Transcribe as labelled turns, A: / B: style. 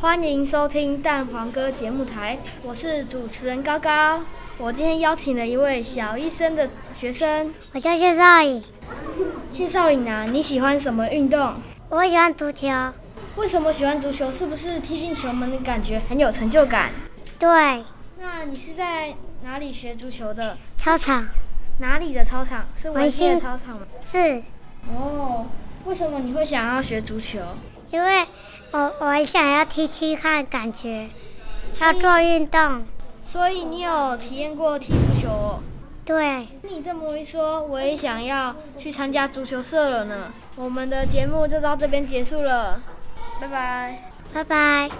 A: 欢迎收听蛋黄哥节目台，我是主持人高高。我今天邀请了一位小一生的学生
B: 我叫谢少宇，
A: 谢少颖啊，你喜欢什么运动？
B: 我喜欢足球。
A: 为什么喜欢足球？是不是踢进球门的感觉很有成就感？
B: 对，
A: 那你是在哪里学足球的？
B: 操场
A: 哪里的操场？是文心的操场吗？
B: 是
A: 哦，为什么你会想要学足球？
B: 因为我我很想要踢踢看，感觉要做运动。
A: 所以你有体验过踢足球、哦？
B: 对，
A: 你这么一说，我也想要去参加足球社了呢。我们的节目就到这边结束了，拜拜。
B: 拜拜。